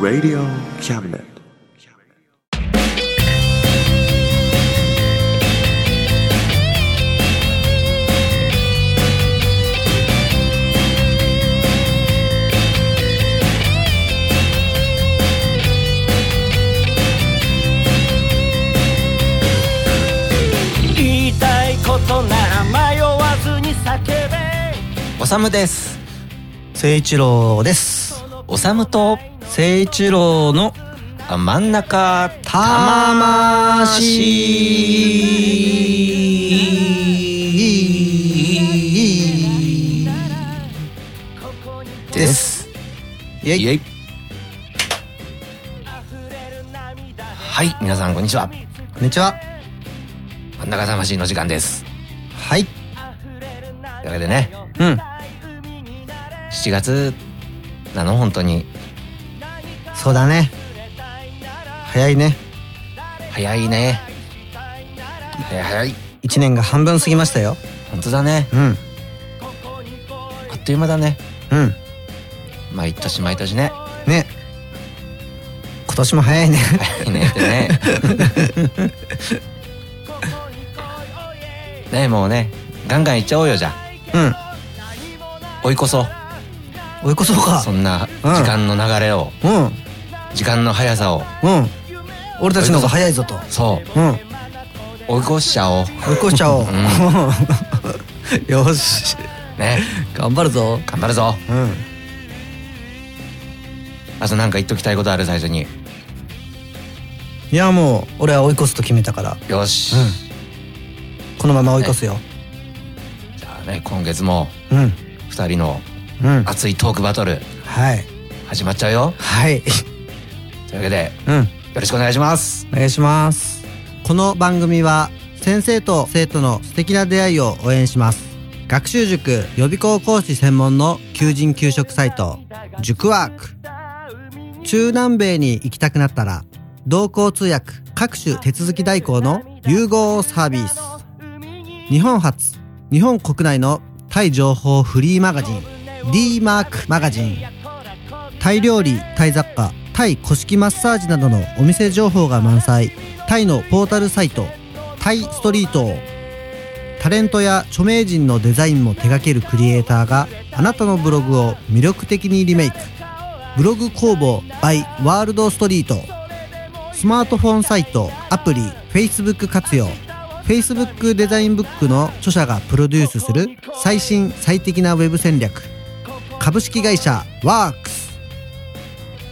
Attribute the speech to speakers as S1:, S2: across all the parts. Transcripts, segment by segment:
S1: Radio Cabinet.
S2: 言いたいことなら迷わずに叫べ
S3: おさむです
S4: 聖一郎です。
S3: おさむと
S4: 聖一郎の
S3: あ真ん中たま
S4: 魂
S3: です
S4: イエイ
S3: イエイはい皆さんこんにちは
S4: こんにちは。
S3: 真ん中魂の時間です
S4: はい。
S3: というわけでね
S4: うん。
S3: 7月なの本当に
S4: そうだね。早いね。
S3: 早いね早い早い
S4: 一年が半分過ぎましたよ。
S3: 本当だね
S4: うん。
S3: あっという間だね
S4: うん。
S3: 毎年毎年ね
S4: ね。今年も早いね。
S3: 早いねってね ねもうねガンガンいっちゃおうよじゃ
S4: うん。
S3: あ追い越そう
S4: 追い越そうか
S3: そ。んな時
S4: うん
S3: 間の流れを、
S4: うん。
S3: 時間の速さを
S4: うん。俺たちの方が早いぞと。
S3: そ
S4: うん。
S3: う追い越しちゃおう
S4: 追い越しちゃおう。
S3: ん
S4: よし。
S3: ね
S4: 頑張るぞ。
S3: 頑張るぞ
S4: うん。
S3: あとなんか言っときたいことある最初に
S4: いやもう俺は追い越すと決めたから
S3: よし、
S4: このまま追い越すよ、
S3: じゃあね今月も2人の
S4: うんうん
S3: 熱いトークバトル
S4: はい
S3: 始まっちゃうよ
S4: はい
S3: というわけで
S4: うん
S3: よろしくお願いします
S4: お願いしますこの番組は先生と生徒の素敵な出会いを応援します学習塾予備校講師専門の求人求職サイト塾ワーク中南米に行きたくなったら同行通訳各種手続き代行の融合サービス日本初日本国内のタイ情報フリーマガジン D マークマガジンタイ料理タイ雑貨タイ古式マッサージなどのお店情報が満載タイのポータルサイトタイストリートタレントや著名人のデザインも手掛けるクリエイターがあなたのブログを魅力的にリメイクブログ工房 by ワールドストリートスマートフォンサイトアプリ Facebook 活用 Facebook デザインブックの著者がプロデュースする最新最適なウェブ戦略株式会社ワークス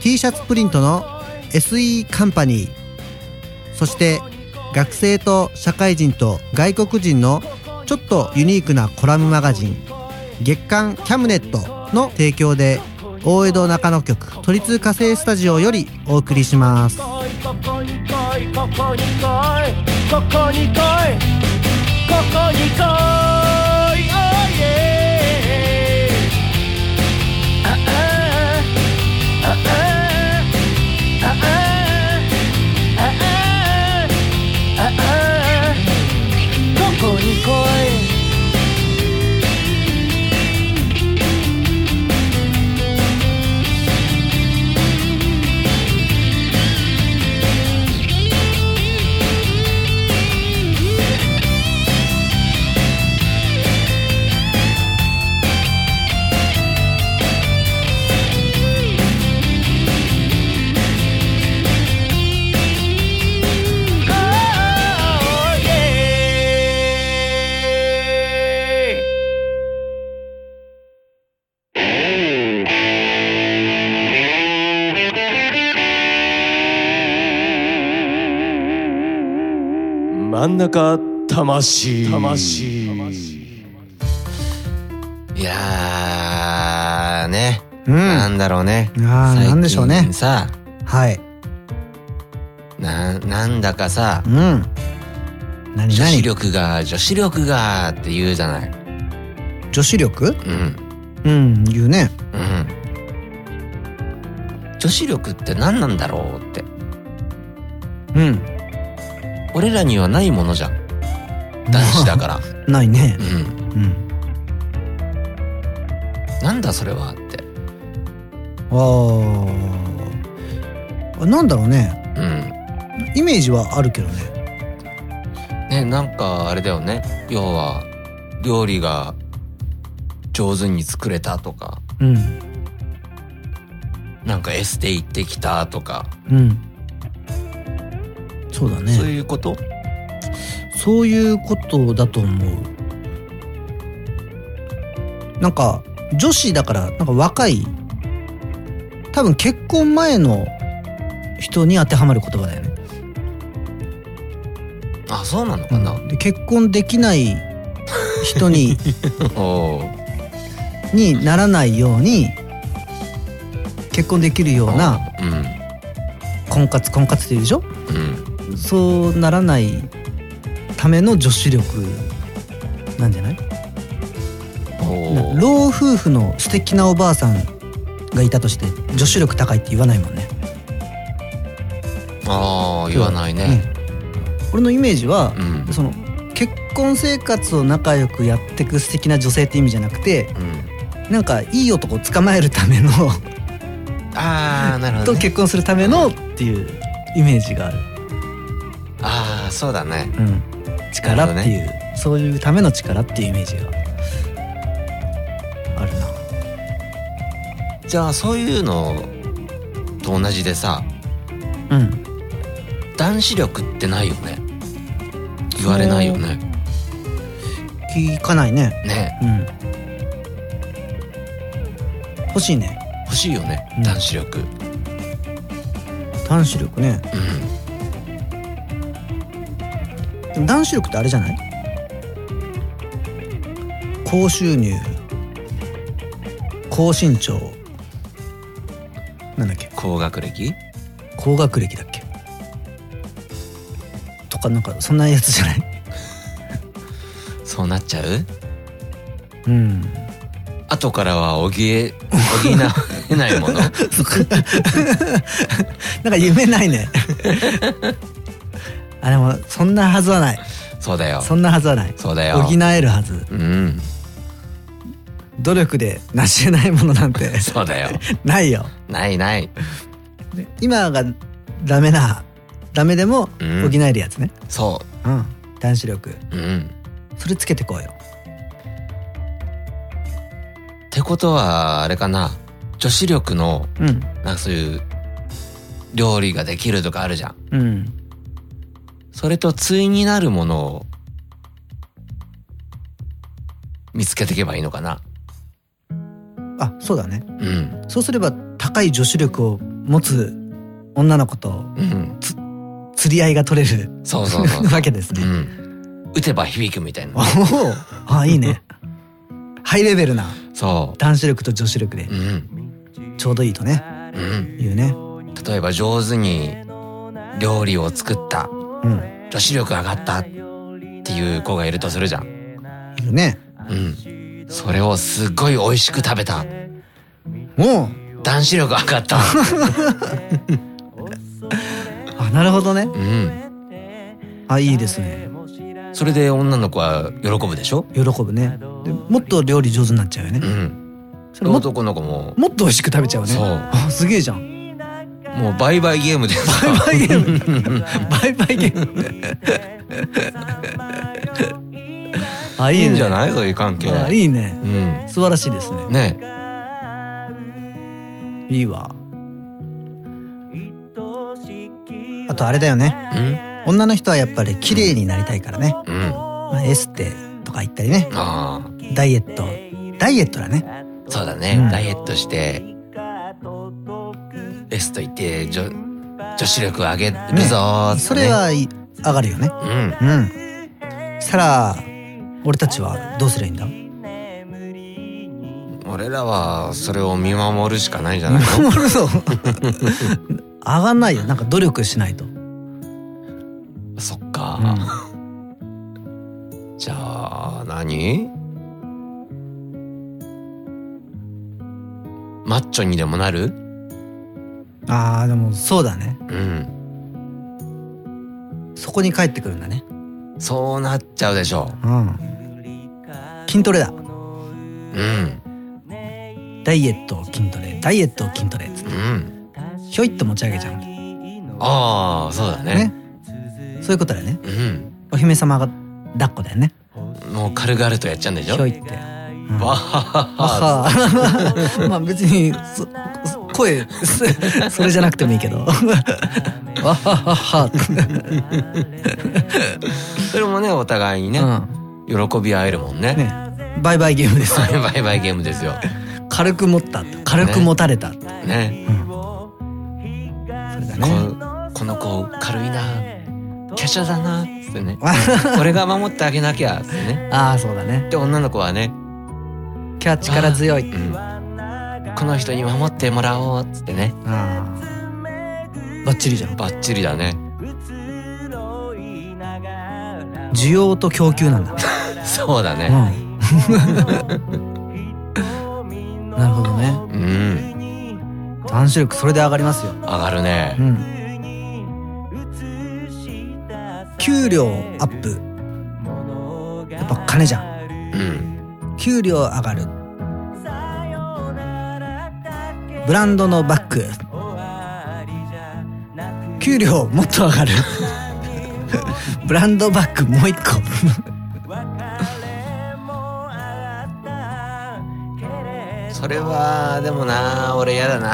S4: t シャツプリントの SE カンパニーそして学生と社会人と外国人のちょっとユニークなコラムマガジン月刊キャムネットの提供で大江戸中野局都立火星スタジオよりお送りします
S2: ここに来いここに来いここに来いここに来い Oh yeah ああああああああああここに来い
S5: 真ん中魂魂
S3: いやーね、
S4: うん
S3: な
S4: あ
S3: んだろうね
S4: ーなんでしょうね
S3: 最近さ
S4: はい
S3: ななんだかさ
S4: うん何
S3: 女子
S4: 何
S3: 力が女子力がって言うじゃない
S4: 女子力う
S3: うん
S4: ん言うね
S3: うん女子力って何なんだろうって
S4: うん
S3: 俺らにはないものじゃん男子だから
S4: ないね
S3: うん
S4: うん
S3: なんだそれはって
S4: ああなんだろうね
S3: うん
S4: イメージはあるけどね
S3: ねなんかあれだよね要は料理が上手に作れたとか
S4: うん
S3: なんかエステ行ってきたとか、
S4: うんそうだ
S3: そう
S4: ね
S3: いうこと
S4: そういうことだと思うなんか女子だからなんか若い多分結婚前の人に当てはまる言葉だよね
S3: あそうなのかな、
S4: で結婚できない人に
S3: おう
S4: にならないように結婚できるような
S3: うん
S4: 婚活婚活っていうでしょ
S3: うん
S4: そうならないための女子力なんじゃない
S3: おう
S4: 老夫婦の素敵なおばあさんがいたとして女子力高いって言わないもんね
S3: ああ言わないね、
S4: 俺のイメージは
S3: う、ん
S4: その結婚生活を仲良くやってく素敵な女性って意味じゃなくて
S3: うん、
S4: なんかいい男を捕まえるための
S3: ああなるほど、
S4: と
S3: ね、
S4: 結婚するためのっていうイメージがある、
S3: ああそうだね
S4: うん、力って
S3: なるほど
S4: いう、そういうための力っていうイメージがあるな
S3: じゃあそういうのと同じでさ
S4: うん
S3: 男子力ってないよね言われないよね
S4: 聞かないね
S3: ね
S4: うん欲しいね
S3: 欲しいよね、
S4: うん
S3: 男子力うん
S4: 男子力ねでも男子力ってあれじゃない高収入高身長なんだっけ
S3: 高学歴
S4: 高学歴だっけとかなんかそんなやつじゃない
S3: そうなっちゃう
S4: うん
S3: 後からは補え補えな補えないもの
S4: なんか夢ないね あでもそんなはずはない
S3: そうだよ
S4: そんなはずはない
S3: そうだよ
S4: 補えるはず
S3: うん
S4: 努力で成し得ないものなんて
S3: そうだよ
S4: ないよ
S3: ないない
S4: 今がダメなダメでも補
S3: うん
S4: えるやつね、
S3: そ
S4: うん、男子力
S3: ううん
S4: それつけてこうよ
S3: ってことはあれかな女子力の
S4: うん
S3: なんかそういう料理ができるとかあるじゃん
S4: うん
S3: それと対になるものを見つけていけばいいのかな。
S4: あそうだね
S3: うん。
S4: そうすれば高い女子力を持つ女の子と
S3: うん。
S4: 釣り合いが取れる
S3: そうそうそう
S4: わけです
S3: う
S4: ね、
S3: ん。打てば響くみたい
S4: おお
S3: な。
S4: あいいねハイレベルな
S3: そ
S4: 男子力と女子力で
S3: う。うん。
S4: ちょうどいいとね
S3: うん。
S4: いうね
S3: 例えば上手に料理を作った、
S4: うん
S3: 女子力上がったっていう子がいるとするじゃん。
S4: いるね
S3: うん。それをすっごい美味しく食べた。
S4: おう
S3: 男子力上が った。
S4: あなるほどね
S3: うん。
S4: あいいですね
S3: それで女の子は喜ぶでしょ
S4: 喜ぶねでもっと料理上手になっちゃうよね
S3: うん。
S4: それもっと
S3: 男の子も、
S4: もっと美味しく食べちゃうね
S3: そう
S4: あ すげえじゃん
S3: もうバイバイゲームでさ
S4: バイバイゲーム。バイバイゲーム。あ、い
S3: い
S4: い
S3: いん
S4: ね。
S3: じゃないそういう関係。
S4: あいいね。
S3: うん。
S4: 素晴らしいですね。
S3: ね
S4: いいわ。あとあれだよね。
S3: うん。
S4: 女の人はやっぱり綺麗になりたいからね。
S3: うん。
S4: まあエステとか行ったりね。
S3: ああ。
S4: ダイエット。ダイエットだね。
S3: そうだね。
S4: うん
S3: ダイエットして、エスと言って、女、女子力上げるぞーってね、
S4: それはいい上がるよね。
S3: うん。
S4: うん。したら、俺たちはどうすりゃいいんだ
S3: 俺らは、それを見守るしかないんじゃないの
S4: そう。 上がんないよ。なんか努力しないと。
S3: そっか。じゃあ、何マッチョにでもなる
S4: ああでもそうだね
S3: うん。
S4: そこに帰ってくるんだね
S3: そうなっちゃうでしょ
S4: うん筋トレだ
S3: う。うん。
S4: ダイエットを筋トレダイエットを筋トレっつって
S3: うん。
S4: ひょいっと持ち上げちゃうんだよ
S3: ああ、そうだね。
S4: ねそういうことだよね
S3: うん。
S4: お姫様が抱っこだよね
S3: もう軽々とやっちゃうんでし
S4: ひ
S3: ょ
S4: ょいってうん
S3: わはは
S4: あ
S3: は。
S4: は まあ別にそそ声そそれじゃなくてもいいけどわははは
S3: それもね、お互いにね、
S4: う
S3: 喜び合えるもんね。
S4: んねバイバイゲームです
S3: バイバイバイゲームですよ。
S4: 軽く持った軽く持たれた、
S3: ね。
S4: それだ
S3: こ
S4: ね
S3: この子、軽いな。華奢だな。つってね。俺が守ってあげなきゃ。つってね。
S4: ああそうだね
S3: で、女の子はね、
S4: キャッチ力強い
S3: うん。この人に守ってもらおう。つってね。
S4: あーバッチリじゃん
S3: バッチリだね。
S4: 需要と供給なんだ
S3: そうだ
S4: う
S3: ね。
S4: ん なるほどね
S3: うん。
S4: 男子力それで上がりますよ
S3: 上がるね
S4: う。ん給料アップやっぱ金じゃん
S3: うん。
S4: 給料上がるブランドのバッグ給料もっと上がる ブランドバッグもう一個
S3: それは、でもな、俺嫌だな。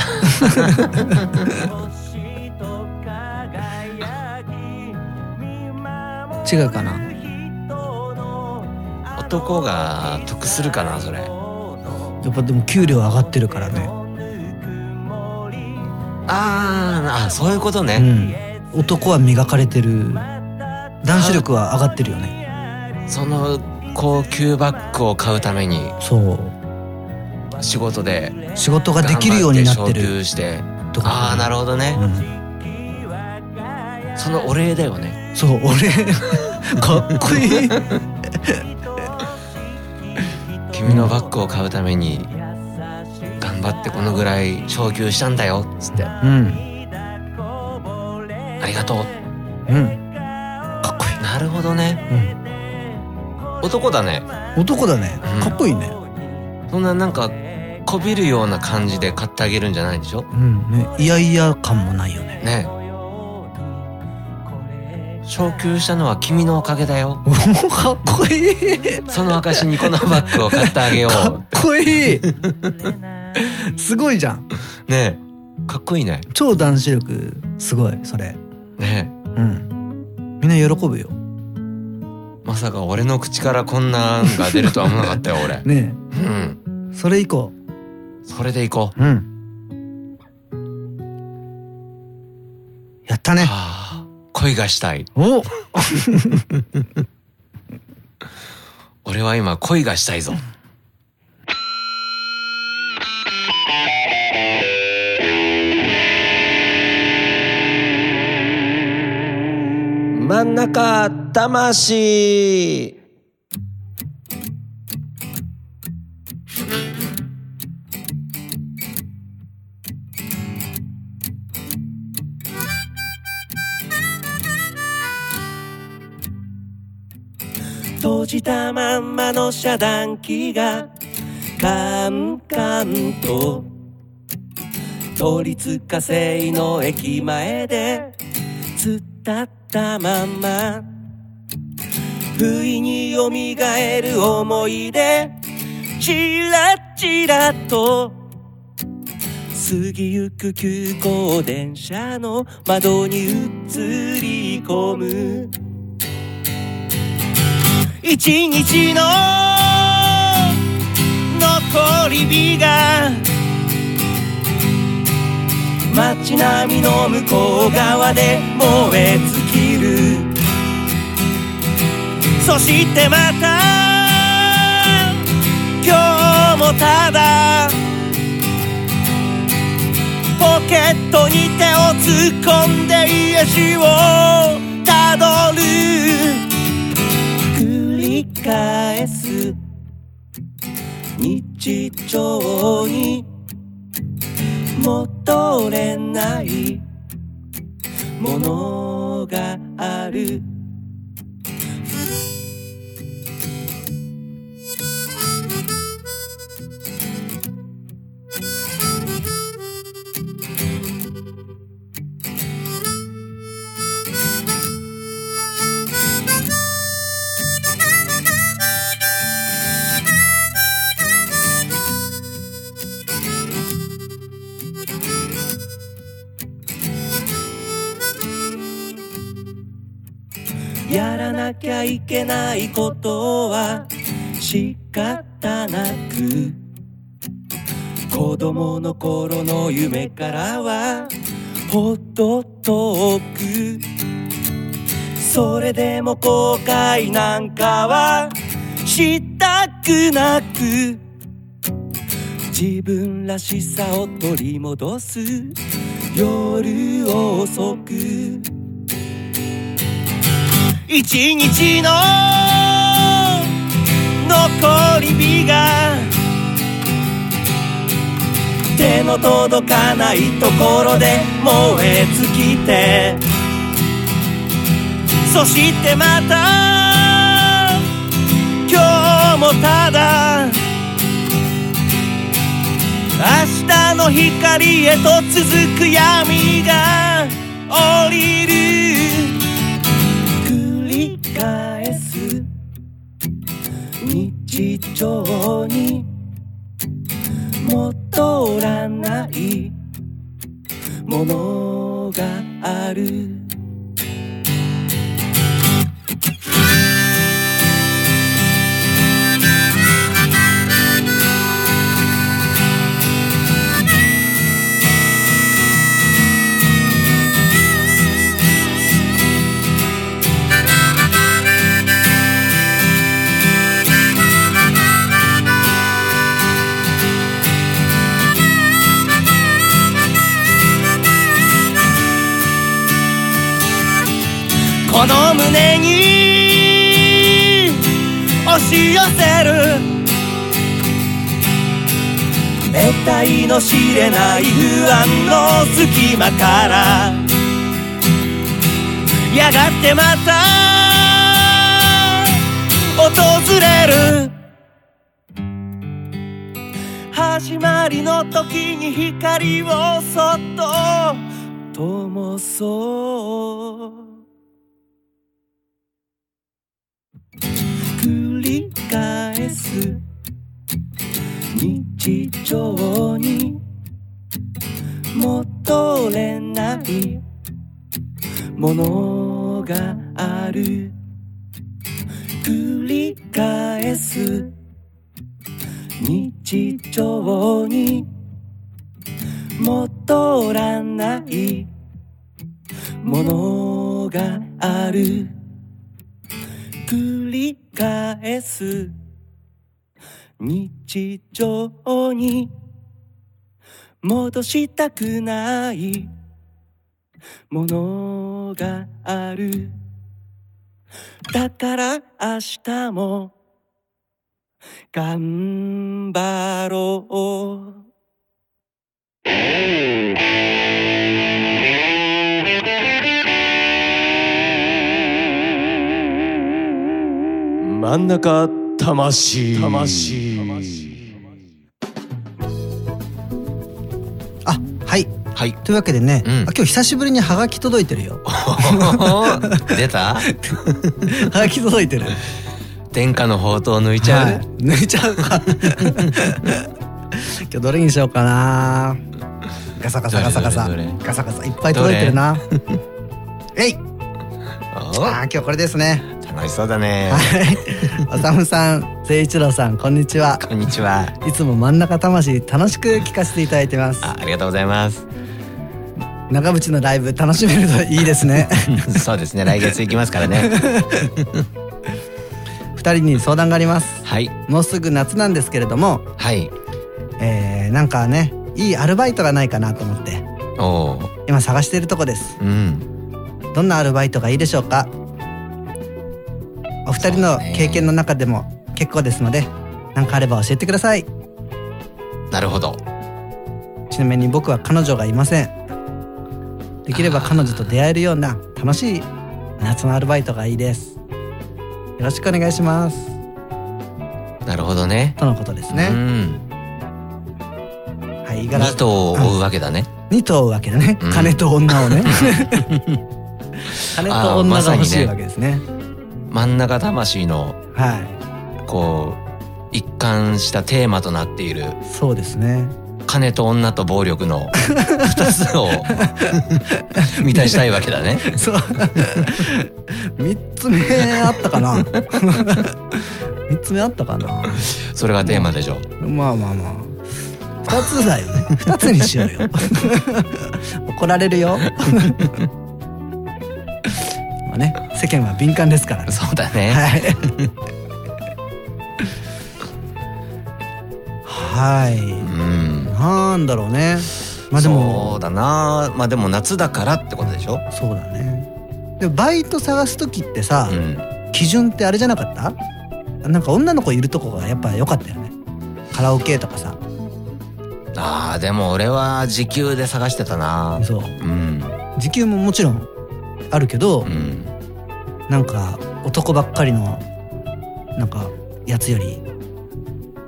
S4: 違うかな
S3: 男が得するかな、それ。
S4: やっぱでも給料上がってるからね
S3: あーあそういうこと
S4: う
S3: ね、
S4: ん男は磨かれてる男子力は上がってるよね
S3: その高級バッグを買うために
S4: そう
S3: 仕事で
S4: 仕事ができるようになって
S3: 頑張昇
S4: る
S3: 給して
S4: とか
S3: ああなるほどね、
S4: うん
S3: そのお礼だよね
S4: そう俺 かっこいい
S3: 君のバッグを買うために頑張ってこのぐらい昇給したんだよつってあ
S4: うん
S3: りがとう
S4: うん
S3: かっこいいなるほどね男だね
S4: 男だね
S3: うん
S4: かっこいいね
S3: そんななんかこびるような感じで買ってあげるんじゃないでしょ
S4: うんねいやいや感もないよね
S3: ね昇給したのは君のおかげだよ
S4: おかっこいい
S3: その証にこのバッグを買ってあげ よ
S4: かっこいいすごいじゃん
S3: う。ねえ。かっこいいね。
S4: 超男子力すごいそれ
S3: ね
S4: うんみんな喜ぶよ
S3: え。まさか俺の口からこんなんが出るとは思わなかったよ、俺。
S4: ね
S3: うん。
S4: えそれ以降
S3: それでいこう。
S4: うん。やったね。
S3: はあ、恋がしたい。
S4: お
S3: 俺は今恋がしたいぞ。
S6: 真ん中魂
S2: 閉じたまんまの遮断機がカンカンと都立火星の駅前で突っ立ったまんま不意によみがえる思い出チラチラと過ぎゆく急行電車の窓に映り込む一日の残り火が街並みの向こう側で燃え尽きるそしてまた今日もただポケットに手を突っ込んで家路をたどる繰り返す日常に戻れないものがある
S7: 「
S2: なきゃいけないことは仕方なく子供の頃の夢からはほど遠くそれでも後悔なんかはしたくなく自分らしさを取り戻す夜遅く一日の残り日が手の届かないところで燃え尽きてそしてまた今日もただ明日の光へと続く闇が降りる繰り返す日常に戻らないものがあるこの胸に押し寄せる得体の知れない不安の隙間からやがてまた訪れる始まりの時に光をそっと灯そう繰り返す日常に戻れないものがある繰り返す日常に戻らないものがある繰り返す日常に戻したくないものがあるだから明日も頑張ろう
S5: 真ん中魂魂
S4: あはい
S3: はい。
S4: というわけでね、
S3: うん
S4: あ今日久しぶりにハガキ届いてる よハ
S3: 出た
S4: ガキ届いてる
S3: 天下の宝刀抜いちゃう、
S4: はい抜いちゃうか 今日どれにしようかなガサガサガサガサ
S3: どれどれどれ
S4: ガサガサいっぱい届いてるな えい
S3: お
S4: あー今日これですね
S3: 楽しそうだね。
S4: はい。おさむさん、誠一郎さん、こんにちは。
S3: こんにちは。
S4: いつも真ん中魂楽しく聞かせていただいてます。
S3: あありがとうございます。
S4: 長渕のライブ楽しめるといいですね。
S3: そうですね。来月行きますから ね。
S4: 二人に相談があります。
S3: はい。
S4: もうすぐ夏なんですけれども、
S3: はい。
S4: えー、なんかね、いいアルバイトがないかなと思って、
S3: おお。
S4: 今探しているとこです。
S3: うん。
S4: どんなアルバイトがいいでしょうかお二人の経験の中でも結構ですので、なんかあれば教えてください。
S3: なるほど。
S4: ちなみに僕は彼女がいませんできれば彼女と出会えるような楽しい夏のアルバイトがいいですよろしくお願いします
S3: なるほどね。
S4: とのことです
S3: う
S4: ね、
S3: ん。
S4: はい、ガラ
S3: 二頭を追うわけだね。
S4: 2頭わけだね、
S3: うん
S4: 金と女を ね金と
S3: あーま
S4: 女
S3: さ
S4: が
S3: に
S4: 欲
S3: ね
S4: しいわけですね,、
S3: 真ん中魂の
S4: は
S3: こう一貫したテーマとなっている
S4: いそうですね
S3: 金と女と暴力 の二つ を満たしたいわけだね。
S4: そう。 三つ目あったかな 三つ目あったかな
S3: それがテーマでしょ。
S4: まあまあまあ。二つだよね。二つにしようよ。 怒られるよ。 まあね、世間は敏感ですからね。
S3: そうだね。
S4: はい。はい。
S3: うん。
S4: なんだろうね。まあで
S3: そ
S4: も
S3: うだな。まあでも夏だからってことでしょ。
S4: そうだね。でもバイト探す時ってさ、
S3: うん。
S4: 基準ってあれじゃなかった？なんか女の子いるとこがやっぱ良かったよね。カラオケとかさ。
S3: ああでも俺は時給で探してたな。
S4: そう。
S3: うん。
S4: 時給ももちろんあるけど、
S3: うん。
S4: なんか男ばっかりのなんかやつより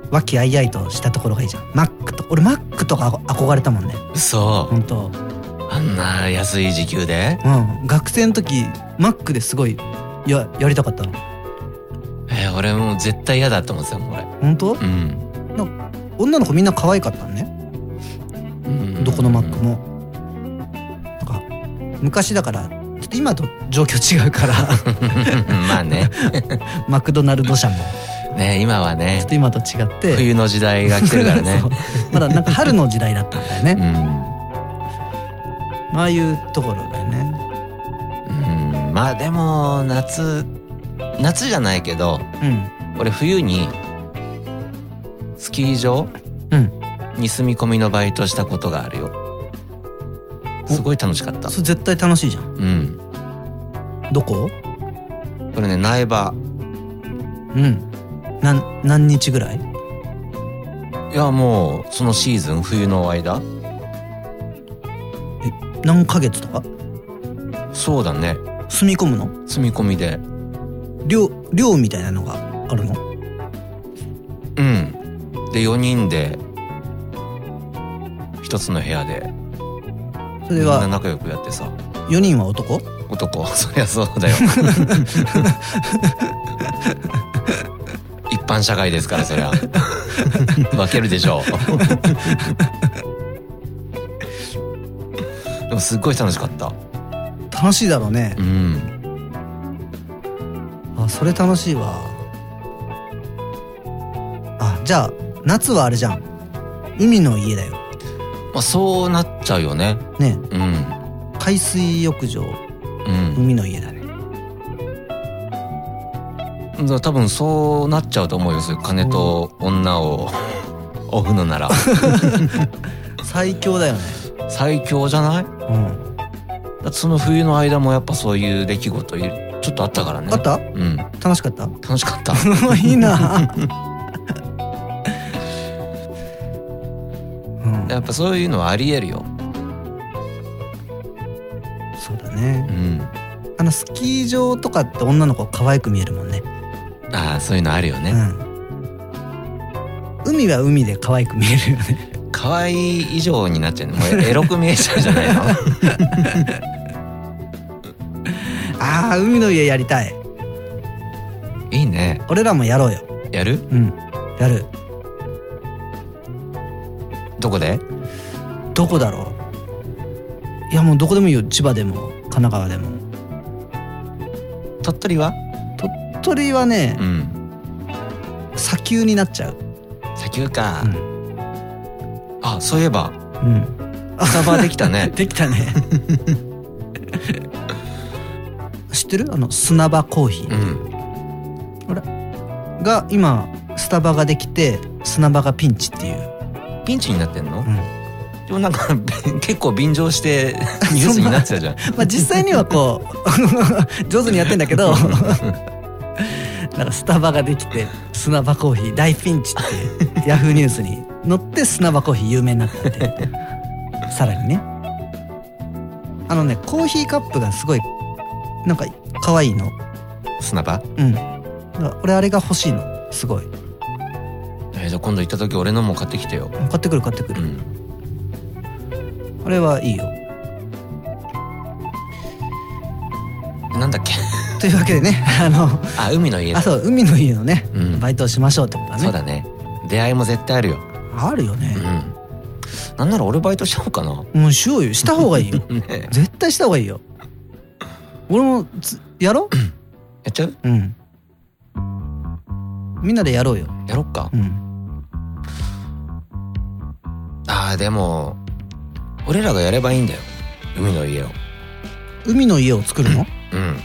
S4: 和気あいあいとしたところがいいじゃんマックと俺マックとか憧れたもんね
S3: そ
S4: 本当
S3: う。あんな安い時給で。
S4: うん学生の時マックですごいややりたかったの
S3: えー俺もう絶対嫌だって思ってたもん俺。
S4: 本当
S3: うん。
S4: 女の子みんな可愛かったのね
S3: うん
S4: どこのマック。もなんか昔だからちょっと今と状況違う から
S3: まあね。
S4: マクドナルド社も
S3: ね今は
S4: ちょ
S3: ね
S4: っと今と違って。
S3: 冬の時代が来てるからね
S4: そうまだなんか春の時代だったんだよね、
S3: うん。
S4: ああいうところだよね。
S3: うんまあでも夏夏じゃないけど
S4: うん。
S3: 俺冬にスキー場
S4: うん。
S3: に住み込みのバイトしたことがあるよすごい楽しかった
S4: それ絶対楽しいじゃん。
S3: うん
S4: どこ
S3: これね苗場
S4: うん。なん、何日ぐらい
S3: いやもうそのシーズン冬の間
S4: 何ヶ月とか
S3: そうだね
S4: 住み込むの
S3: 住み込みで
S4: 寮、寮みたいなのがあるの
S3: うんで4人で一つの部屋で
S4: そ
S3: み
S4: れ
S3: んな
S4: は、
S3: 仲良くやってさ
S4: 4人は男
S3: 男 そりゃそうだよ一般社会ですからそり ゃ分けるでしょうでもすっごい楽しかった
S4: 楽しいだろうね
S3: う。ん
S4: あ、それ楽しいわ。あ、じゃあ、夏はあれじゃん。海の家だよ。
S3: まあそうなっちゃうよね
S4: ね。
S3: うん
S4: 海水浴場、
S3: うん
S4: 海の家だね。
S3: だから多分そうなっちゃうと思うよそういう金と 女をオフのなら
S4: 最強だよね。
S3: 最強じゃない
S4: うん。
S3: だってその冬の間もやっぱそういう出来事いちょっとあったからね
S4: あった
S3: うん
S4: 楽しかった
S3: 楽し かった
S4: もういいな。うん、
S3: やっぱそういうのはありえるよ。
S4: そうだ
S3: う
S4: ね。
S3: ん。
S4: あのスキー場とかって女の子可愛く見えるもんね。
S3: ああ、そういうのあるよ
S4: う
S3: ね。
S4: ん。海は海で可愛く見えるよね。
S3: 可愛い以上になっちゃうね。もうエロく見えちゃうじゃな いの。
S4: ああ、海の家やりたい。
S3: いいね。
S4: 俺らもやろうよ。
S3: やる
S4: うん。やる。
S3: どこで
S4: どこだろう。いやもうどこでもいいよ。千葉でも神奈川でも。
S3: 鳥取は
S4: 鳥取はね
S3: う、ん。
S4: 砂丘になっちゃう。
S3: 砂丘か。
S4: うん
S3: あ、そういえば、
S4: うん。。
S3: スタバできた ね
S4: できた ね。知ってる？あの砂場コーヒー。
S3: うん。
S4: が今スタバができて砂場がピンチっていう、
S3: ピンチになってんの
S4: うん
S3: でもなんか、 結構便 乗してニュースになってたじゃん。
S4: まあ実際にはこう 上手にやってんだけどなんかスタバができて砂場コーヒー大ピンチってヤフーニュースに載って砂場コーヒー有名になったっていうさらにねあのねコーヒーカップがすごいなんか可愛いの
S3: 砂場
S4: うんだから俺あれが欲しいのすごい
S3: えーじゃあ今度行った時俺のも買ってきてよ。
S4: 買ってくる買ってく
S3: う
S4: る、
S3: ん。
S4: あれはいいよ
S3: なんだっけ
S4: というわけでねあの
S3: あ、海の家だ
S4: あそう海の家のね、
S3: うん
S4: バイトをしましょうってことだね
S3: そうだね。出会いも絶対あるよ。
S4: あるよね
S3: う、ん。なんなら俺バイトしちゃおうかな。
S4: うんしようよした方がいい よ
S3: ね
S4: 絶対した方がいいよ俺もつやろ
S3: やっちゃう
S4: ううんみんなでやろうよ
S3: やろっか。
S4: うん
S3: ああ、でも、俺らがやればいいんだよ。海の家を。
S4: 海の家を作るの
S3: うん、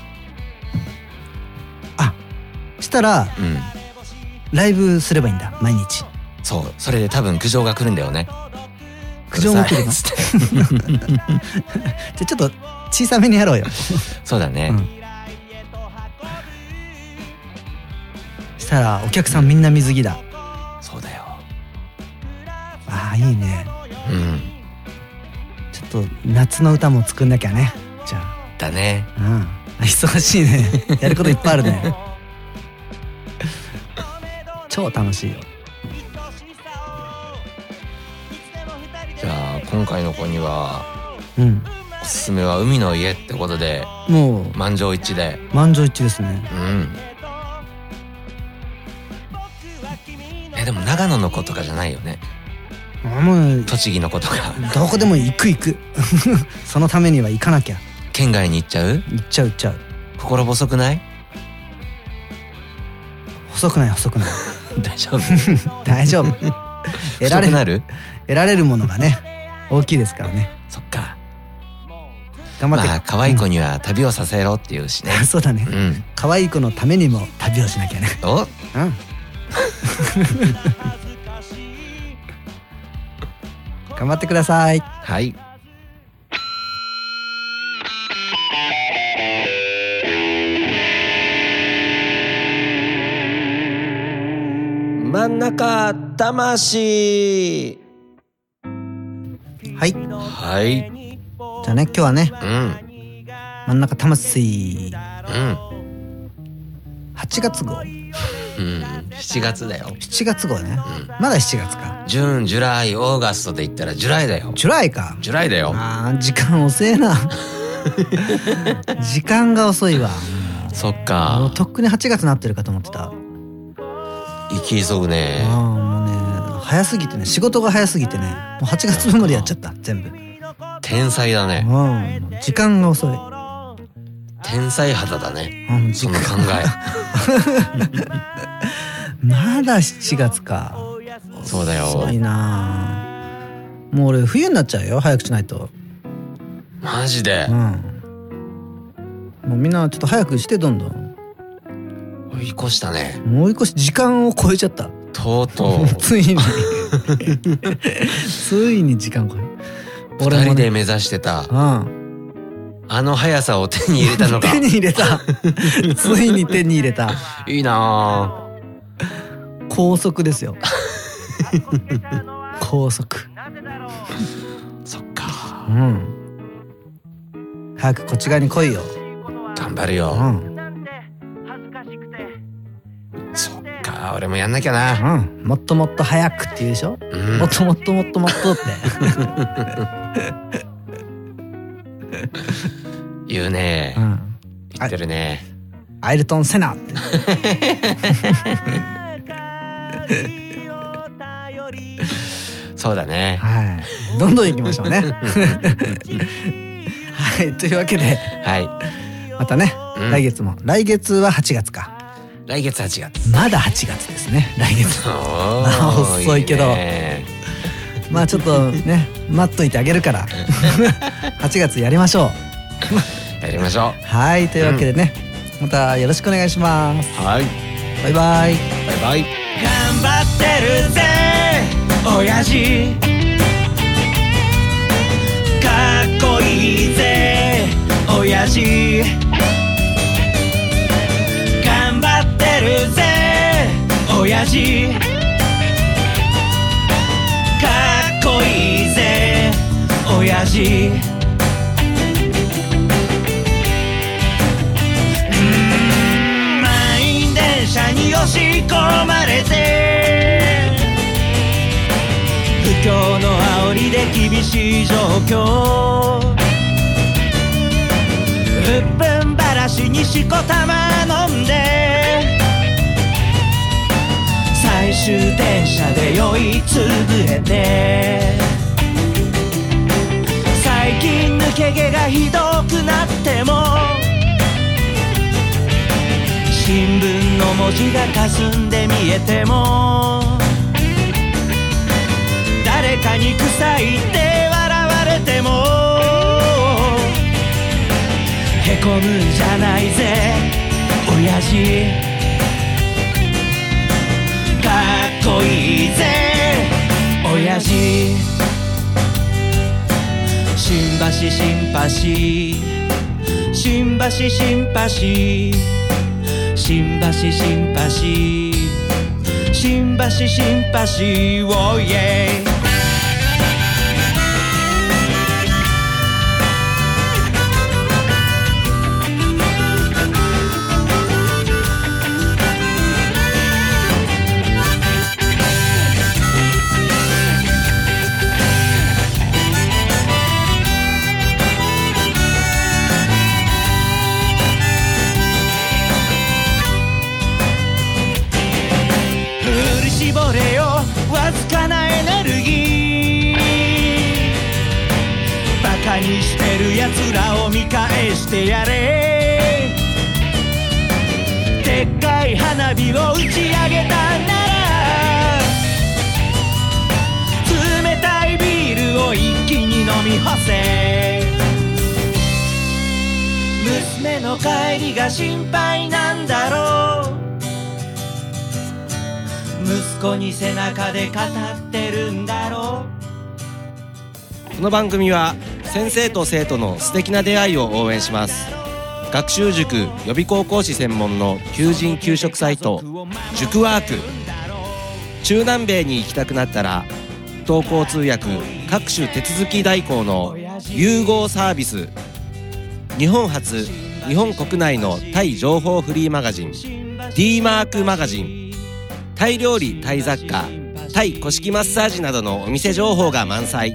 S4: したら
S3: うん。
S4: ライブすればいいんだ毎日
S3: そう。それで多分苦情が来るんだよね。
S4: 苦情も来る
S3: う
S4: の
S3: る
S4: じ
S3: さいっつって
S4: ゃあちょっと小さめにやろうよ
S3: そうだね。
S4: うんしたらお客さんみんな水着だ
S3: そうだよ。
S4: ああいいね
S3: うん。
S4: ちょっと夏の歌も作んなきゃねじゃあ
S3: だね。
S4: うん忙しいねやることいっぱいあるね超楽しいよ
S3: じゃあ、今回の子には、
S4: うん
S3: おすすめは海の家ってことで、
S4: もう
S3: 満場一致で。
S4: 満場一致ですね
S3: うん。え、でも長野の子とかじゃないよね。
S4: あもう
S3: 栃木の子とか。
S4: どこでも行く行く そのためには行かなきゃ
S3: 県外に行っちゃう
S4: 行っちゃう行っちゃう
S3: 心細く ない
S4: 細くない細くない
S3: 大 丈夫
S4: 大丈夫得ら
S3: 太
S4: れ
S3: く
S4: る
S3: なる
S4: 得られるものがね大きいですからね
S3: そっか。
S4: 頑張って、
S3: まあ、可愛い子には旅をさせろっていうしね。
S4: そうだね
S3: うん。
S4: 可愛い子のためにも旅をしなきゃね
S3: お
S4: うん。頑張ってください。
S3: はい。
S8: 真ん中魂
S4: はい。じ
S3: はい。
S4: ゃあね、今日はね、
S3: うん。
S4: 真ん中魂
S3: うん。
S4: 8月号、
S3: うん。7月だよ。
S4: 7月号ね。
S3: うん。
S4: まだ7月か。
S3: ジューン、ジュライ、オーガストで言ったらジュライだよ。
S4: ジュライか。
S3: ジュライだよ。
S4: あー時間遅えな。時間が遅いわ。
S3: そっ
S4: もう
S3: か。
S4: とっくに8月になってるかと思ってた。
S3: 行き急ぐね。
S4: ああ、もうね、早すぎてね、仕事が早すぎてね、もう8月分までやっちゃった、全部。
S3: 天才だね。
S4: うん、時間が遅い。
S3: 天才肌だね。
S4: うん、時
S3: その
S4: 間
S3: 考
S4: まだ7月か。
S3: え。そうだよ
S4: 遅。いなあもう俺冬になっちゃうよ早くしないと
S3: マジで
S4: うん。もうみんなちょっと早くしてどんどん
S3: 追い越したね。
S4: もう一個し時間を超えちゃった
S3: とうとう。
S4: つ いについに時間超え
S3: 二人
S4: ね
S3: で目指してた、
S4: うん
S3: あの速さを手に入れたのか。
S4: 手に入れたついに手に入れた
S3: いいな
S4: 高速ですよ高速
S3: ぁ。そっか。
S4: うん早くこっち側に来いよ
S3: 頑張る
S4: う
S3: よ。
S4: ん
S3: そっか。俺もやんなきゃな。
S4: うんもっともっと早くって言うでしょ
S3: うん
S4: も。っともっともっともっとって
S3: 言うね
S4: う。ん
S3: 言ってるね。
S4: アイルトン・セナって
S3: そうだね。
S4: はいどんどん行きましょうね はいというわけで
S3: はい。
S4: またね、
S3: うん
S4: 来月も来月は8月か
S3: 来月8月。
S4: まだ8月ですね来 月
S3: おー
S4: 遅いけど
S3: ね
S4: まあちょっとね待っといてあげるから 8月やりましょう
S3: やりましょ
S4: はいというわけでね、またよろしくお願いします
S3: う。はい。
S4: バイバイ
S3: バイバイ。
S2: 張ってるぜ親父かっこいいぜ親父頑張ってるぜ親父かっこいいぜ親父満員電車に押し込まれて不況の煽りで厳しい状況うっぷんばらしにしこたま飲んで最終電車で酔いつぶれて抜け毛がひどくなっても新聞の文字が霞んで見えても誰かに臭いって笑われてもへこむんじゃないぜ親父かっこいいぜ親父新橋新橋新橋新橋新橋新橋新橋新橋おいえ振り絞れよわずかなエネルギーバカにしてるやつらを見返してやれでっかい花火を打ち上げたなら冷たいビールを一気に飲み干せ娘の帰りが心配なんだろう息子に背中で語ってるんだろう
S8: この番組は先生と生徒の素敵な出会いを応援します学習塾予備高校師専門の求人・求職サイト塾ワーク中南米に行きたくなったら不登校通訳各種手続き代行の融合サービス日本初日本国内のタイ情報フリーマガジン d マークマガジンタイ料理タイ雑貨タイ古式マッサージなどのお店情報が満載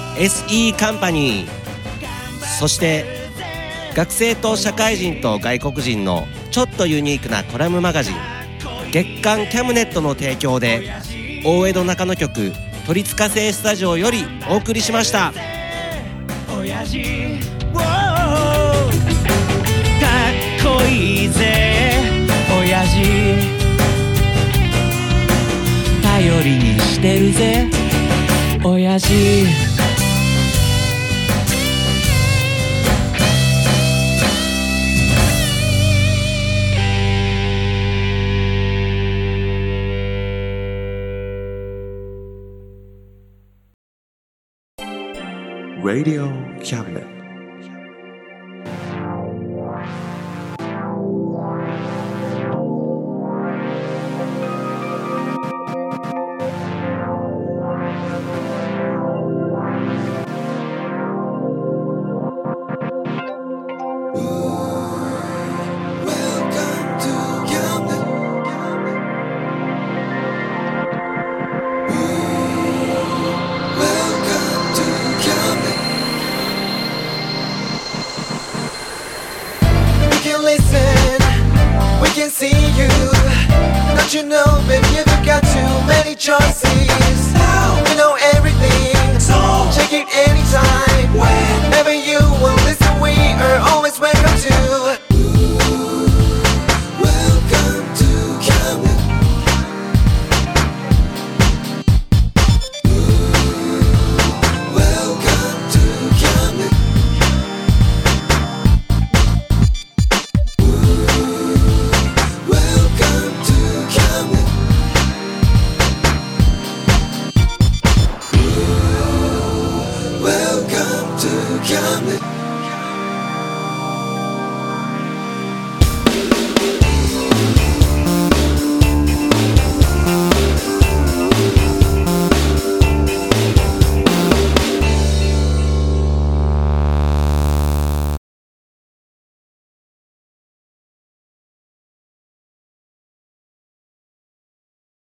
S8: SE カンパニーそして学生と社会人と外国人のちょっとユニークなコラムマガジン月刊キャムネットの提供で大江戸中野局鳥塚製スタジオよりお送りしました
S2: 親父ウォーかっこいいぜ親父頼りにしてるぜ親父
S1: 「Radio Cabinet」